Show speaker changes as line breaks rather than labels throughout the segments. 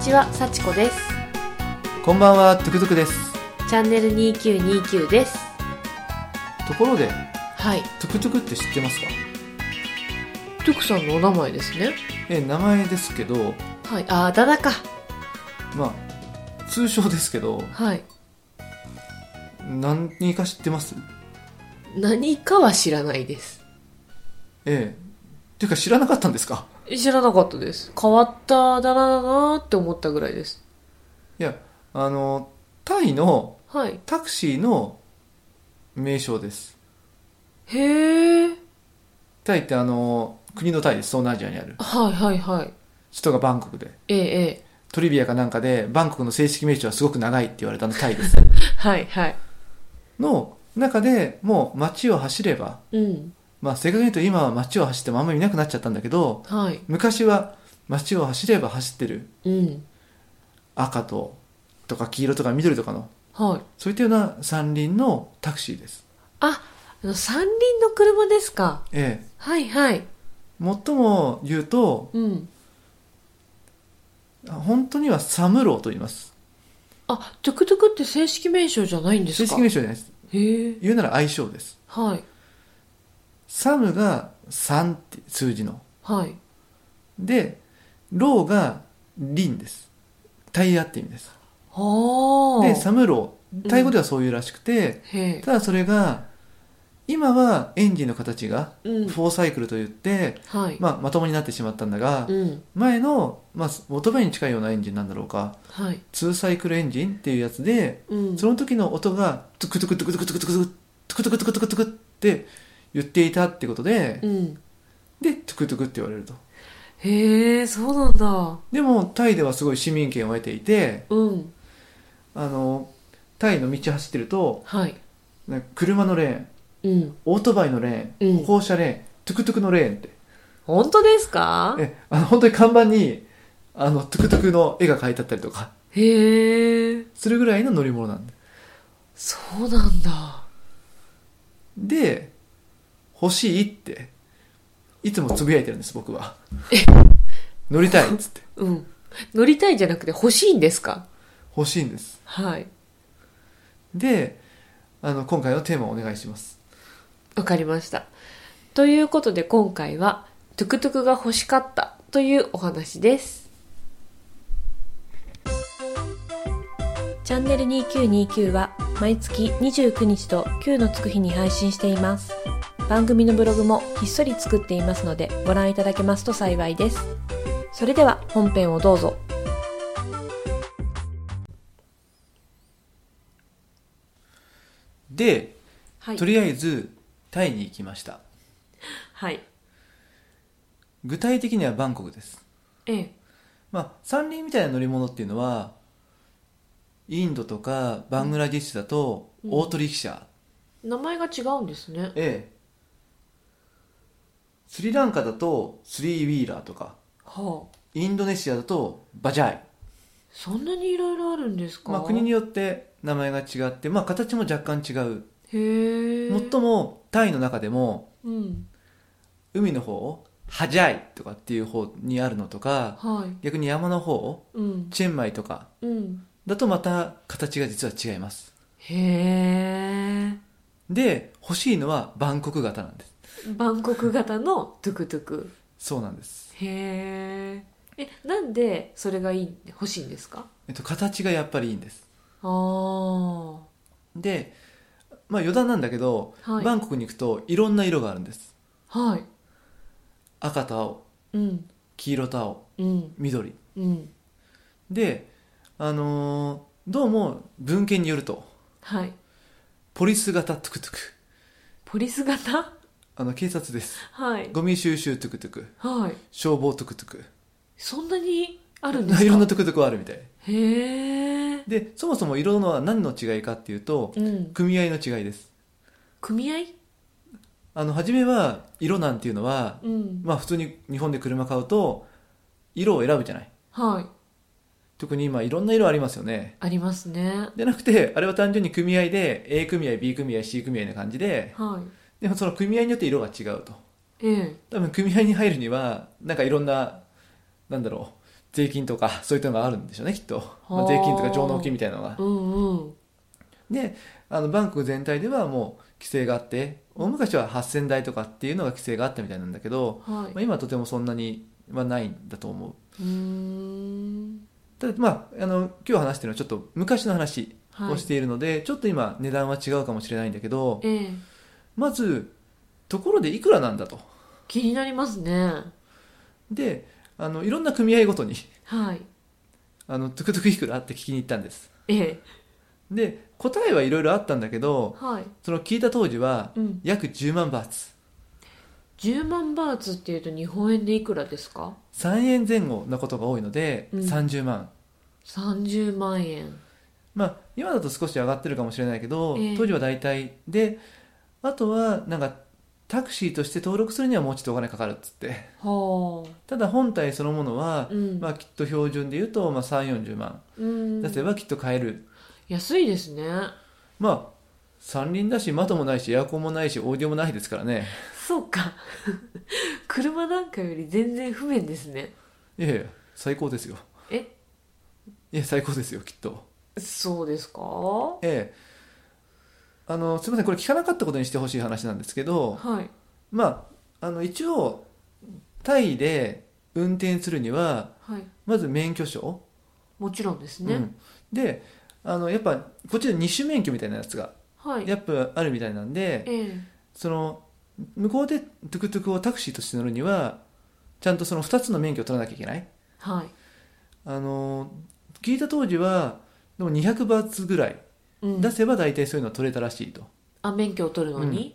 ちは、さちこです。
こんばんは、トゥクトゥクです。
チャンネル2929です。
ところで、
はい。
トゥクトゥクって知ってますか
トゥクさんのお名前ですね。
え、名前ですけど、
はい。あ、あだ名か。
まあ、通称ですけど、
はい。
何か知ってます
何かは知らないです。
ええ。ていうか知らなかったんですか
知らなかったです。変わったあだ名だなーって思ったぐらいです。
いや、あの、タイの
はい。
タクシーの名称です。
へー。
タイってあの、国のタイです。東南アジアにある。
はいはいはい。
首都がバンコクで。
えええ
トリビアかなんかで、バンコクの正式名称はすごく長いって言われたのタイです。
え。 はいはい。
の中でもう街を走れば、
うん。
まあ正確に言うと今は街を走ってもあんまり見なくなっちゃったんだけど、
はい。
昔は街を走れば走ってる
うん。
赤と、とか黄色とか緑とかの、
はい。
そういったような三輪のタクシーです。
あ、あの、三輪の車ですか。
ええ。
はいはい。
最も言うと、
うん。
本当にはサムローと言います。
あ、トゥクトゥクって正式名称じゃないんです
正
か
式名称じゃないです。
へえ。
言うなら相性です。
はい。
サムが3って数字の。
はい。
で、ローがリンです。タイヤって意味です。
ああ。
で、サムロ
うん
ー。タイ語ではそういうらしくて、
へえ。
ただそれが、今はエンジンの形が、
うん。
フォーサイクルといって、
はい。
まあ、まともになってしまったんだが、
うん。
前の、まあ、オートバイに近いようなエンジンなんだろうか、
はい。
ツーサイクルエンジンっていうやつで、
うん。
その時の音が、トゥクトゥクトゥクトゥクトゥクトゥク、トゥクトゥクトゥクトゥクトゥクって言っていたってことで、
うん。
で、トゥクトゥクって言われると。
へえ、そうなんだ。
でも、タイではすごい市民権を得ていて、
うん。
あの、タイの道走ってると、
はい。
なんか車のレ
う
ーン、
ん。
オートバイのレ
う
ーン、
ん
歩行者レーン、トゥクトゥクのレーンって、
本当ですか
え、あの、本当に看板に、あの、トゥクトゥクの絵が描いてあったりとか、
へえ。
するぐらいの乗り物なんで。
そうなんだ。
で、欲しいって、いつもつぶやいてるんです、僕は。乗りたいっつって。
うん。乗りたいじゃなくて欲しいんですか
欲しいんです。
はい。
で、あの、今回のテーマをお願いします。
わかりました。ということで今回は、トゥクトゥクが欲しかったというお話です。
チャンネル2929は毎月29日と9のつく日に配信しています。番組のブログもひっそり作っていますのでご覧いただけますと幸いです。それでは本編をどうぞ。
で、
はい
と。りあえず、タイに行きました。
はい。
具体的にはバンコクです。
ええ。
まあ、三輪みたいな乗り物っていうのは、インドとかバングラディッシュだと、
うん
オートリキシャ
名前が違うんですね。
ええスリランカだとスリーウィーラーとか
はあ。
インドネシアだとバジャイ、
そんなにいろいろあるんですか、
まあ、国によって名前が違って、まあ、形も若干違う
へえ。
もっともタイの中でも
うん。
海の方をハジャイとかっていう方にあるのとか
はい。
逆に山の方を
うん。
チェンマイとか
うん。
だとまた形が実は違います
へえ。
で欲しいのはバンコク型なんです
バンコク型のトゥクトゥク。
そうなんです、
へえ。え、なんでそれがいい、欲しいんですか
えっと、形がやっぱりいいんです
ああ。は
でまあ余談なんだけど、
はい
バンコクに行くといろんな色があるんです
い。
赤と青
うん。
黄色と青
うん。
緑
うん。
であのーどうも文献によると
はい。
ポリス型トゥクトゥク
ポリス型
あの警察です
はい。
ゴミ収集トゥクトゥク
はい。
消防トゥクトゥク
そんなにあるんですか
いろんなトゥクトゥクはあるみたい
へえ。
でそもそも色のは何の違いかっていうと
うん。
組合の違いです
組合
あの初めは色なんていうのは、
うん。
まあ普通に日本で車買うと色を選ぶじゃない
はい。
特に今いろんな色ありますよね
ありますね。
じゃなくて、あれは単純に組合で、A 組合、B 組合、C 組合な感じで、
はい。
でもその組合によって色が違うと。
ええ。
多分組合に入るには、なんかいろんな、なんだろう、税金とかそういったのがあるんでしょうねきっと、ま
あ
あ、
ー
税金とか上納金みたいなのが
うんうん
であのバンコク全体ではもう規制があって大昔は8000台とかっていうのが規制があったみたいなんだけど、
はい
まあ、今はとてもそんなにはないんだと思
う
う
ーん
ただまああの今日話してるのはちょっと昔の話
はい
をしているので、ちょっと今値段は違うかもしれないんだけど
ええ
まずところでいくらなんだと
気になりますね
であのいろんな組合ごとに
はい
あのトゥクトゥクいくらって聞きに行ったんです
ええ
で答えはいろいろあったんだけど
はい
その聞いた当時は
うん
約10万バーツ
10万バーツっていうと日本円でいくらですか
3円前後なことが多いので、
うん
30万
30万円
まあ今だと少し上がってるかもしれないけど、
ええ
当時は大体であとはなんかタクシーとして登録するにはもうちょっとお金かかるっつって
は
ただ本体そのもの
あ、
は
うん、
まあ、きっと標準で言うと、まあ、3 4 0万
うん
出せばきっと買える、
安いですね
まあ三輪だし窓もないしエアコンもないしオーディオもないですからね
そうか 車なんかより全然不便ですね
いやいや最高ですよ
え
いや最高ですよきっと
そうですか
ええあのすみませんこれ聞かなかったことにしてほしい話なんですけど
はい
まああの一応タイで運転するには
はい
まず免許証、
もちろんですね、
うんであのやっぱこっちで二種免許みたいなやつが
はい
やっぱあるみたいなん
え
で、
え
その向こうでトゥクトゥクをタクシーとして乗るにはちゃんとその2つの免許を取らなきゃいけない
はい
あの聞いた当時はでも200バーツぐらい
うん
出せば大体そういうのは取れたらしいと、
あ免許を取るのに、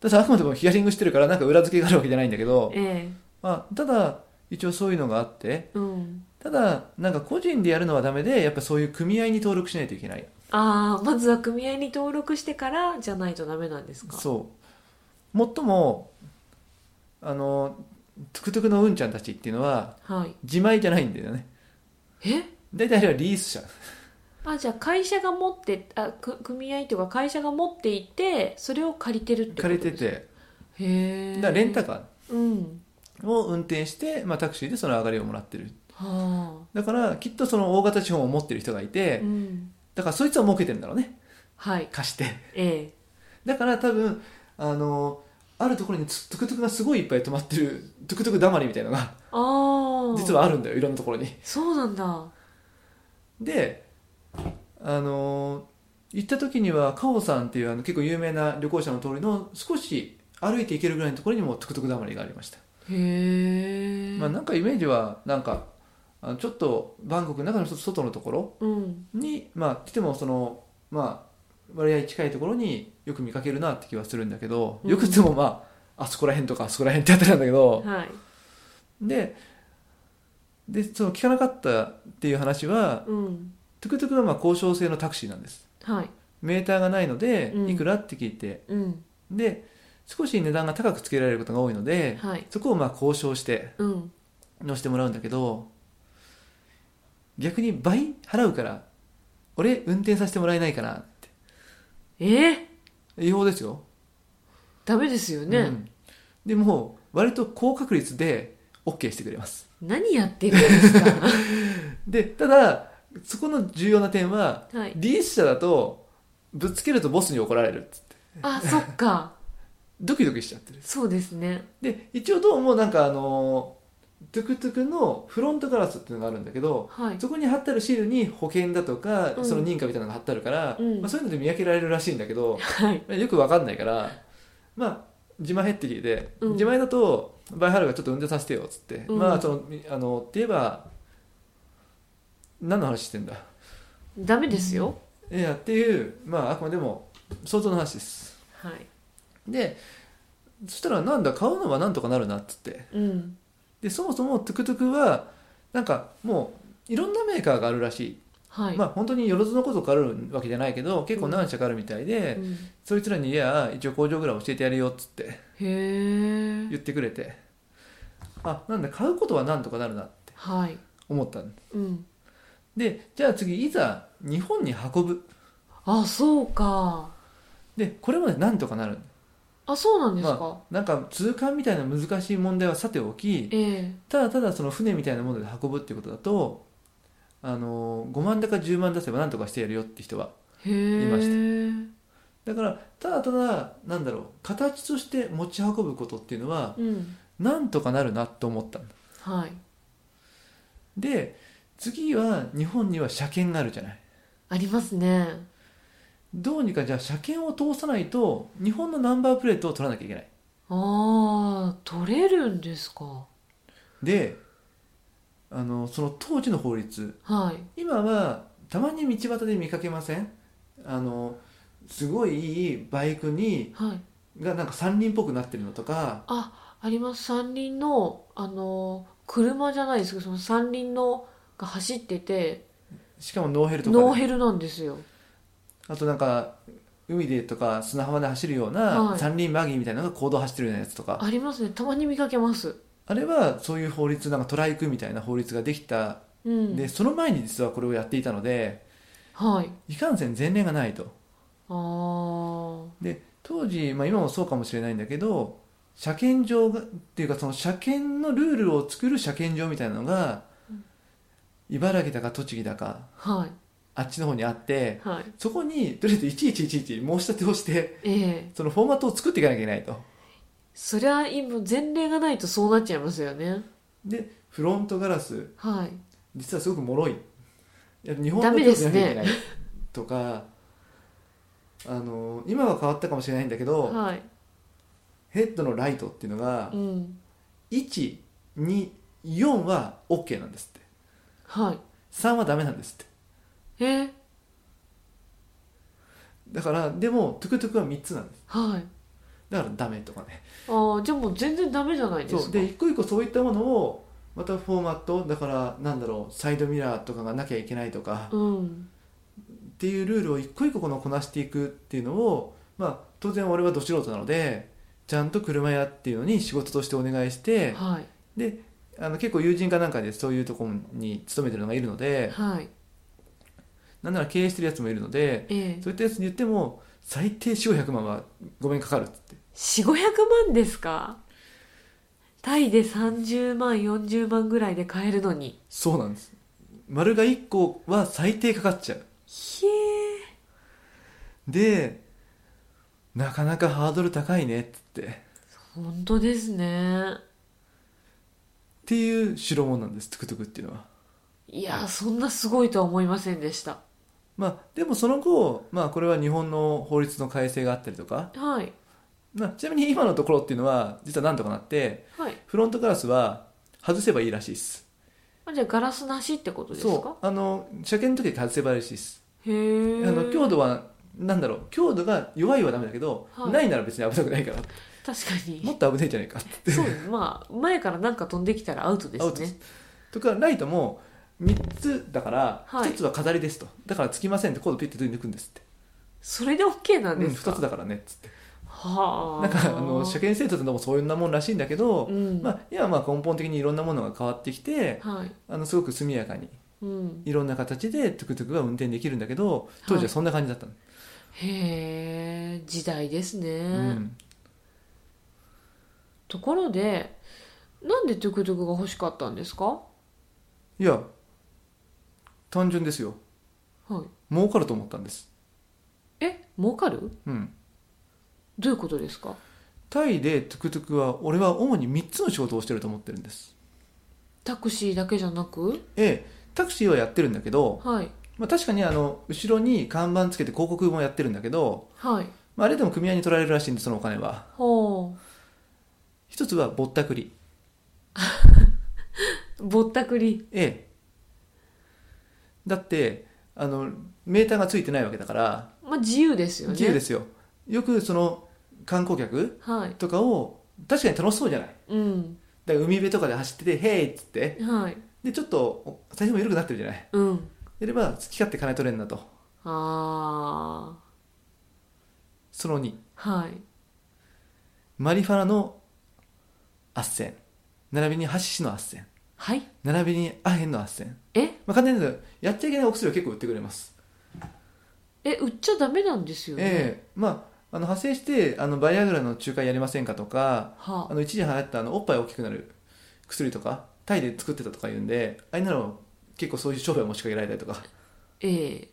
ただあくまでもヒアリングしてるからなんか裏付けがあるわけじゃないんだけど、
ええ
まあ、ただ一応そういうのがあって
うん
ただなんか個人でやるのはダメでやっぱそういう組合に登録しないといけない
ああまずは組合に登録してからじゃないとダメなんですか
そうもっともあのトゥクトゥクのうんちゃんたちっていうのは
はい
自前じゃないんだよね
え
大体あれはリース車
あじゃあ会社が持ってあく組合というか会社が持っていてそれを借りてるってこと
借
で
り
す
てて
てへえ
だからレンタカ
うん
ーを運転して、まあ、タクシーでその上がりをもらってる
は
だからきっとその大型資本を持ってる人がい
あ、
て
うん、
だからそいつは儲けてるんだろうね
はい
貸して
え
だから多分あのあるところにつトゥクトゥクがすごいいっぱい止まってるトゥクトゥクだまりみたいなのが
えああ
実はあるんだよいろんなところに
そうなんだ
であの行った時にはカホさんっていうあの結構有名な旅行者の通りの少し歩いて行けるぐらいのところにもトゥクトゥクだまりがありました
へえ
まあ、なんかイメージはなんかあのちょっとバンコクの中のちょっと外のところ
うん
に、まあ、来てもその、まあ、割合近いところによく見かけるなって気はするんだけど、
うん
よくてもまああそこら辺とかあそこら辺ってあたりなんだけど、
はい
ででその聞かなかったっていう話は
うん
トゥクトゥクはまあ交渉制のタクシーなんです
はい
メーターがないので
うん
いくらって聞いて、
うん
で少し値段が高くつけられることが多いので、
はい
そこをまあ交渉して
うん
乗せてもらうんだけど逆に倍払うから俺運転させてもらえないかなって
ええ
違法ですよ、
ダメですよ
う
ね、
んでも割と高確率で OK してくれます
何やってるんですか
でただそこの重要な点は
はい
リース車だとぶつけるとボスに怒られるっつって
あそっか
ドキドキしちゃってる
そうですね
で一応どうもなんかあのトゥクトゥクのフロントガラスっていうのがあるんだけど、
はい
そこに貼ってあるシールに保険だとか、
うん
その認可みたいなのが貼ってあるから、
うん
まあ、そういうので見分けられるらしいんだけど、
はい
まあよく分かんないからまあ自前ヘッテリーで、
うん
自前だとバイハルがちょっと運転させてよっつって、
うん
まあそのあのって言えば何の話してんだ
ダメですよ
いやっていうまああくまでも想像の話です
はい
でそしたらなんだ買うのはなんとかなるなっつって
うん
でそもそもトゥクトゥクはなんかもういろんなメーカーがあるらしい
はい、
まあ本当によろずのことがあるわけじゃないけど結構何社かあるみたいで、
うん
そいつらに「いや一応工場ぐらい教えてやるよ」っつって
へえ
言ってくれてあなんだ買うことはなんとかなるなって
はい
思ったん
うん
でじゃあ次いざ日本に運ぶ
あそうか
でこれまでなんとかなる
あそうなんですか、
なんか通関みたいな難しい問題はさておき
ええ
ただただその船みたいなもので運ぶっていうことだとあの5万だか10万出せば何とかしてやるよって人は
へえ
いまだからただただなんだろう形として持ち運ぶことっていうのは
うん
なんとかなるなと思ったんだ
はい
で次は日本には車検があるじゃない
ありますね
どうにかじゃあ車検を通さないと日本のナンバープレートを取らなきゃいけない
ああ取れるんですか
であのその当時の法律
はい
今はたまに道端で見かけませんあのすごいいいバイクに
はい
がなんか三輪っぽくなってるのとか
ああります三輪のあの車じゃないですけどその三輪のが走ってて
しかもノーヘルとかで
ノーヘルなんですよ
あとなんか海でとか砂浜で走るよう
は
ない三輪バギーみたいなのが公道走ってるようなやつとか、
ありますねたまに見かけます
あれはそういう法律なんかトライクみたいな法律ができた、
うん
でその前に実はこれをやっていたので
はい
いかんせん前例がないと
あー
で当時、まあ、今もそうかもしれないんだけど車検場がっていうかその車検のルールを作る車検場みたいなのが茨城だか栃木だか
はい
あっちの方にあって
はい
そこにとりあえずいちいちいちいち申し立てをして
ええ
そのフォーマットを作っていかなきゃいけないと
そりゃ今前例がないとそうなっちゃいますよね
でフロントガラス
はい
実はすごく脆いいや日本
ダメ
だけ
ですね
見なきゃいけないとかあの今は変わったかもしれないんだけど、
はい
ヘッドのライトっていうのが
うん
124は OK なんですって
はい
3はダメなんですって
えー
だからでもトゥクトゥクは3つなんです
はい
だからダメとかね
あーじゃあもう全然ダメじゃないですか
そうで一個一個そういったものをまたフォーマットだからなんだろうサイドミラーとかがなきゃいけないとか
うん
っていうルールを一個一個このこなしていくっていうのを、まあ、当然俺はど素人なのでちゃんと車屋っていうのに仕事としてお願いして
はい
であの結構友人かなんかでそういうところに勤めてるのがいるので
はい
なんなら経営してるやつもいるので
ええ
そういったやつに言っても最低400万はごめんかかるっつって
四五百万ですかタイで30万40万ぐらいで買えるのに
そうなんです丸が1個は最低かかっちゃう
ひえ
でなかなかハードル高いねっつってっ
本当ですね
ていう代物なんですトゥクトゥクっていうのは。
いやそんなすごいとは思いませんでした
まあ、でもその後、まあ、これは日本の法律の改正があったりとか、
はい
まあ、ちなみに今のところっていうのは実はなんとかなって
はい
フロントガラスは外せばいいらしいです
あじゃあガラスなしってことですか
そうあの車検の時は外せばいいらしいです
へ
あ
え
の強度はなんだろう強度が弱いはダメだけど、
はい
ないなら別に危なくないから
確かに
もっと危ないじゃないかって
そうまあ前からなんか飛んできたらアウトで
アウ
す
トで
ね
すとかライトも3つだから
はい
1つは飾りですと、だからつきませんってコードピッて抜くんですって、
それで OK なん
うん、
ですか、
2つだからねっつって
はあ
なんかあの車検制度ってのもそういうなもんらしいんだけど、
うん
まあ、今まあ根本的にいろんなものが変わってきて
はい
あのすごく速やかに
うん
いろんな形でトゥクトゥクが運転できるんだけど当時はそんな感じだったの、
へえ時代ですね、
うん、
ところでなんでトゥクトゥクが欲しかったんですか
いや単純ですよ
はい
儲かると思ったんです、
え儲かる
うん、
どういうことですか
タイでトゥクトゥクは俺は主に3つの仕事をしてると思ってるんです
タクシーだけじゃなく
ええタクシーはやってるんだけど、
はい
まあ、確かにあの後ろに看板つけて広告もやってるんだけど、
はい
まあ、あれでも組合に取られるらしいんでそのお金は
ほ
一つはぼったくり
うぼったくり
ええだってあのメーターがついてないわけだから
まあ自由ですよね
自由ですすよよくその観光客
はい
とかを確かに楽しそうじゃない
うん
だから海辺とかで走ってて「へい!」っつって
はい
でちょっと財布も緩くなってるじゃない
うん
やれば好き勝手金取れんなと
あ
その2
あはい
マリファナの斡旋並びにハシシの斡旋
はい
並びにアヘンの斡旋
え
まあ簡単に言うとやっちゃいけないお薬を結構売ってくれます
え売っちゃダメなんですよね、
ええまああの派生してあのバイアグラの仲介やりませんかとか
は
あの一時流行ったあのおっぱい大きくなる薬とかタイで作ってたとか言うんであれなの結構そういう商売を持ちかけられたりとか
ええ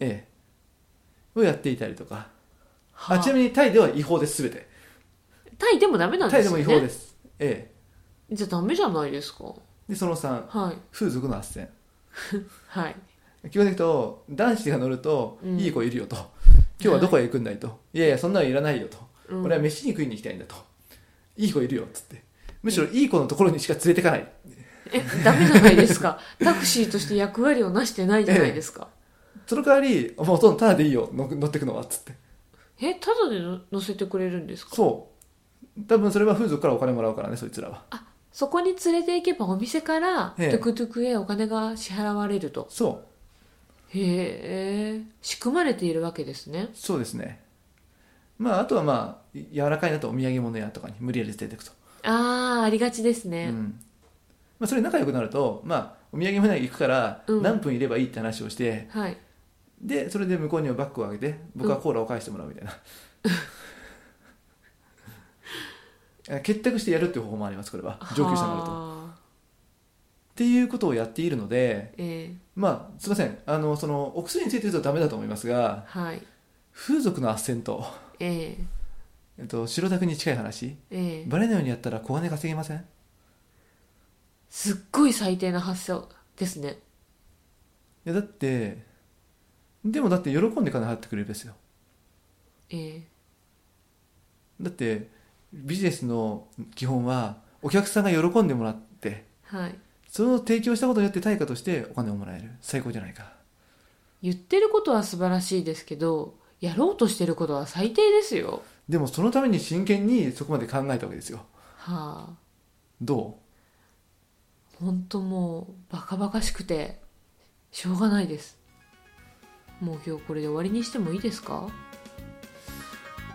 ええをやっていたりとか
は
あちなみにタイでは違法です全て
タイでもダメなん
タ
で
イ
す
で
よ
も
ね
違法ですえ
じゃあダメじゃないですか
えでその3
はい
風俗の斡旋
はい
基本的に言うと男子が乗ると、
うん
いい子いるよと今日はどこへ行くんだいと、い、やいやそんなのいらないよと、
うん
俺は飯に食いに行きたいんだといい子いるよっつってむしろいい子のところにしか連れてかない
えダメじゃないですかタクシーとして役割をなしてないじゃない ですか
その代わりもうほとんどタダでいいよの乗ってくのはっつって
えただでの乗せてくれるんですか
そう多分それは風俗からお金もらうからねそいつらは
そこに連れて行けばお店からト
ええ
ゥクトゥクへお金が支払われると
そう
へえ仕組まれているわけですね
そうですねまああとはまあい柔らかいなとお土産物屋とかに無理やり連れていくと、
ああありがちです
う
ね、
んまあ、それ仲良くなるとまあお土産物屋に行くから
うん
何分いればいいって話をして、
はい
でそれで向こうにはバッグをあげて僕はコーラを返してもらうみたいな、あ 結託してやるっていう方法もありますこれは上級者になるとっ
はあ
ていうことをやっているので
ええ
まあすいませんあのそのお薬について言うとダメだと思いますが
はい
風俗の斡旋と、
ええ
えっと、白タクに近い話
ええ
バレないようにやったら小金稼げません
すっごい最低な発想ですね
いやだってでもだって喜んで金払ってくれるですよ
え
だってビジネスの基本はお客さんが喜んでもらって
えはい
その提供したことによって対価としてお金をもらえる最高じゃないか
言ってることは素晴らしいですけどやろうとしてることは最低ですよ
でもそのために真剣にそこまで考えたわけですよ
はあ
ど
本当もうバカバカしくてしょうがないですもう今日これで終わりにしてもいいですか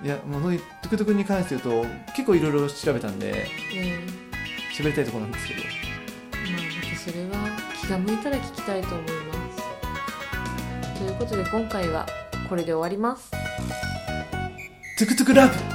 ういやものトゥクトゥクに関して言うと結構いろいろ調べたんで
ええ
喋りたいところなんですけど
まあまたそれは気が向いたら聞きたいと思いますということで今回はこれで終わります
トゥクトゥクラブ